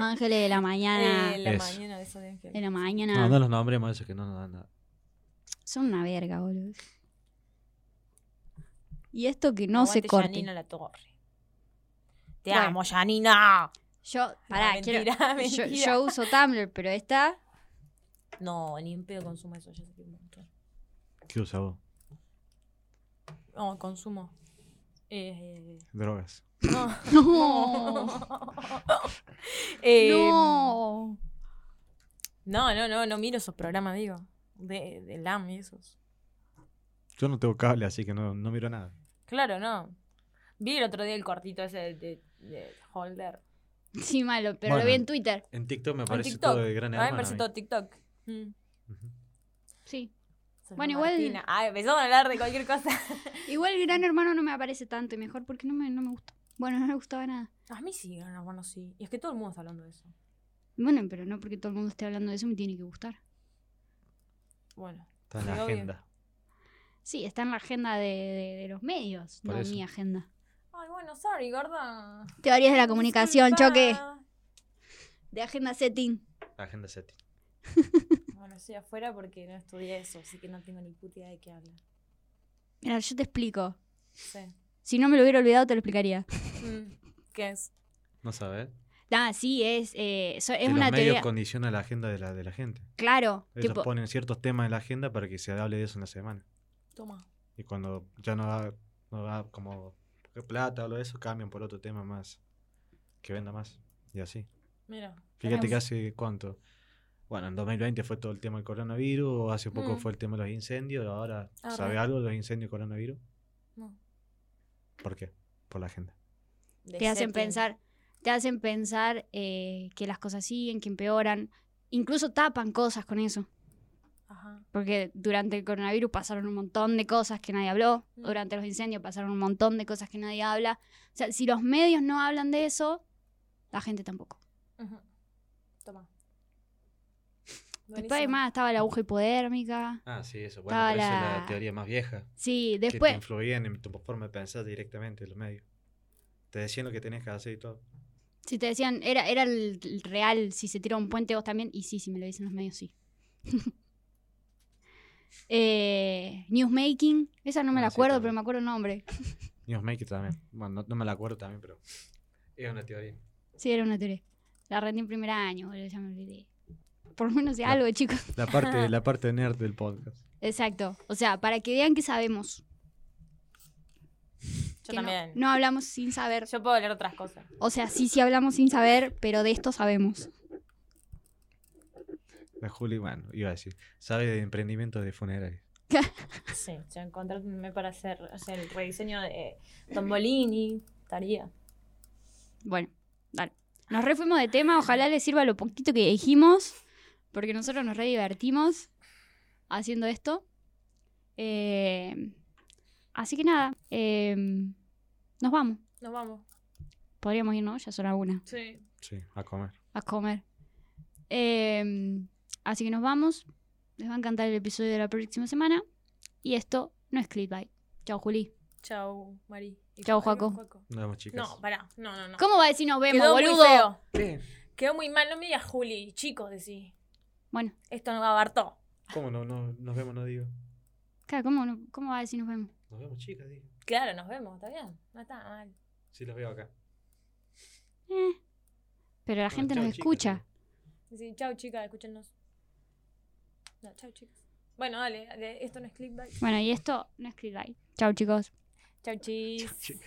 Speaker 1: ángeles de la mañana.
Speaker 4: Eh, la
Speaker 3: Eso.
Speaker 4: mañana de eso de
Speaker 1: de
Speaker 4: Ángel.
Speaker 1: la mañana.
Speaker 3: No, no los nombremos, eso que no nos dan nada.
Speaker 1: Son una verga, boludo. Y esto que no se
Speaker 4: Aguante
Speaker 1: corte.
Speaker 4: Janina la torre. Te
Speaker 1: Bueno.
Speaker 4: amo, Janina.
Speaker 1: Yo, pará,
Speaker 4: No,
Speaker 1: quiero-
Speaker 4: mentira,
Speaker 1: yo-
Speaker 4: mentira.
Speaker 1: yo uso Tumblr, pero esta
Speaker 4: No, ni en pedo consumo eso, ya sé que un montón.
Speaker 3: ¿Qué usas vos?
Speaker 4: No, consumo. Eh,
Speaker 3: Drogas.
Speaker 4: no.
Speaker 1: No.
Speaker 4: Eh,
Speaker 1: no.
Speaker 4: No, no, no, no miro esos programas, digo. De, de LAM y esos.
Speaker 3: Yo no tengo cable, así que no, no miro nada.
Speaker 4: Claro, no. Vi el otro día el cortito ese de, de- de Holder.
Speaker 1: Sí, malo, pero lo
Speaker 3: Bueno.
Speaker 1: vi en Twitter.
Speaker 3: En TikTok me
Speaker 4: En
Speaker 3: parece
Speaker 4: TikTok.
Speaker 3: todo de gran
Speaker 4: A mí
Speaker 3: hermano.
Speaker 4: me parece
Speaker 3: a mí.
Speaker 4: todo TikTok. Mm.
Speaker 3: Ujú.
Speaker 1: Sí.
Speaker 4: Soy
Speaker 1: Bueno,
Speaker 4: Martina.
Speaker 1: igual-
Speaker 4: Ay, empezamos a hablar de cualquier cosa.
Speaker 1: Igual Gran Hermano no me aparece tanto y mejor porque no me, no me gusta. Bueno, no me gustaba nada.
Speaker 4: A mí sí, Gran Hermano sí. Y es que todo el mundo está hablando de eso.
Speaker 1: Bueno, pero no porque todo el mundo esté hablando de eso me tiene que gustar.
Speaker 4: Bueno.
Speaker 3: Está en la
Speaker 4: Sí, obvio.
Speaker 3: agenda.
Speaker 1: Sí, está en la agenda de, de- de los medios,
Speaker 3: Por
Speaker 1: no
Speaker 3: eso.
Speaker 1: mi agenda.
Speaker 4: Ay, bueno, sorry, gorda.
Speaker 1: Teorías de la comunicación,
Speaker 4: Disculpa.
Speaker 1: choque. De agenda setting.
Speaker 3: La agenda setting.
Speaker 4: Bueno, estoy afuera porque no estudié eso, así que no tengo ni puta idea de qué habla.
Speaker 1: Mira, yo te explico.
Speaker 4: Sí.
Speaker 1: Si no me lo hubiera olvidado, te lo explicaría.
Speaker 4: Mm, ¿Qué es?
Speaker 3: ¿No sabes?
Speaker 1: Ah, sí, es, eh, so- es
Speaker 3: que
Speaker 1: una
Speaker 3: los medios
Speaker 1: teoría.
Speaker 3: condicionan la agenda de la, de la gente.
Speaker 1: Claro,
Speaker 3: Ellos
Speaker 1: tipo,
Speaker 3: ponen ciertos temas en la agenda para que se hable de eso en la semana.
Speaker 4: Toma.
Speaker 3: Y cuando ya no da, no da como plata o lo de eso, cambian por otro tema más. Que venda más. Y así.
Speaker 4: Mira.
Speaker 3: Fíjate que
Speaker 4: tenemos-
Speaker 3: hace cuánto. Bueno, en 2020 fue todo el tema del coronavirus, hace poco
Speaker 4: Mm. Ah,
Speaker 3: fue el tema de los incendios, ahora
Speaker 4: Arre.
Speaker 3: ¿sabe algo de los incendios y coronavirus?
Speaker 4: No.
Speaker 3: ¿Por qué? Por la agenda.
Speaker 4: De
Speaker 1: te hacen
Speaker 4: setting.
Speaker 1: pensar, te hacen pensar eh, que las cosas siguen, que empeoran. Incluso tapan cosas con eso.
Speaker 4: Ajá.
Speaker 1: Porque durante el coronavirus pasaron un montón de cosas que nadie habló,
Speaker 4: Mm.
Speaker 1: durante los incendios pasaron un montón de cosas que nadie habla. O sea, si los medios no hablan de eso, la gente tampoco.
Speaker 4: Ujú. Toma.
Speaker 1: Después además estaba la aguja hipodérmica.
Speaker 3: Ah, sí, eso.
Speaker 1: Bueno, pero esa es la
Speaker 3: es
Speaker 1: Para-
Speaker 3: la
Speaker 1: teoría
Speaker 3: teoría más vieja.
Speaker 1: Sí,
Speaker 3: Que te
Speaker 1: después,
Speaker 3: influían en tu forma de pensar directamente los medios. Te decían lo que tenías que hacer y todo.
Speaker 1: si te decían, era, era el el real, si se tira un puente vos también, y sí, si me lo dicen los medios, sí. eh, newsmaking, esa no me
Speaker 3: Ah,
Speaker 1: la
Speaker 3: sí,
Speaker 1: acuerdo,
Speaker 3: también.
Speaker 1: pero me acuerdo el nombre.
Speaker 3: Newsmaker también. Bueno, no, no me la acuerdo también, pero es una teoría.
Speaker 1: Sí, era una teoría. La rendí en primer año, boludo, ya me olvidé. Por lo menos de
Speaker 3: La-
Speaker 1: algo, chicos.
Speaker 3: La parte, la parte nerd del podcast.
Speaker 1: Exacto. O sea, para que vean que sabemos.
Speaker 4: Yo
Speaker 1: que no-
Speaker 4: también.
Speaker 1: No, hablamos sin saber.
Speaker 4: Yo puedo leer otras cosas.
Speaker 1: O sea, sí, sí hablamos sin saber, pero de esto sabemos.
Speaker 3: La Juli, bueno, iba a decir, sabe de emprendimiento de funerarios.
Speaker 4: Sí, o sea, contrátame para hacer o sea, el rediseño de eh, Tombolini, tarea.
Speaker 1: Bueno, dale. Nos re fuimos de tema, ojalá les sirva lo poquito que dijimos, porque nosotros nos re divertimos haciendo esto. Eh, así que nada, eh, nos vamos.
Speaker 4: Nos vamos.
Speaker 1: Podríamos irnos, ya son las una,
Speaker 4: Sí.
Speaker 3: Sí, a comer.
Speaker 1: a comer. Eh, así que nos vamos. Les va a encantar el episodio de la próxima semana. Y esto no es clickbait. Chao, Juli.
Speaker 4: Chau, Mari. Y
Speaker 1: Chau,
Speaker 4: Juaco.
Speaker 1: Juaco.
Speaker 3: Nos vemos, chicas.
Speaker 4: No, pará. No, no, no.
Speaker 1: ¿Cómo va a decir nos vemos,
Speaker 4: Quedó
Speaker 1: boludo?
Speaker 4: muy feo.
Speaker 3: ¿Qué?
Speaker 4: Quedó muy mal. No me digas Juli. Chicos, decí.
Speaker 1: Bueno,
Speaker 4: Esto no abartó.
Speaker 3: ¿Cómo no, no? Nos vemos, no digo.
Speaker 1: claro, ¿cómo, no- ¿cómo va a decir nos vemos?
Speaker 3: Nos vemos, chicas, digo.
Speaker 4: Claro, nos vemos. ¿Está bien? No está mal.
Speaker 3: Sí, los veo acá.
Speaker 1: Eh, Pero la
Speaker 3: No,
Speaker 1: gente
Speaker 3: chao,
Speaker 1: nos
Speaker 3: chicas,
Speaker 1: escucha.
Speaker 3: digo.
Speaker 4: Decí, chau, chicas. Escúchenos. No, chau, chicas. Bueno, dale. dale, Esto no es clickbait.
Speaker 1: Bueno, y esto no es clickbait. Chao, chicos.
Speaker 4: Chau, chis.
Speaker 3: Chicas.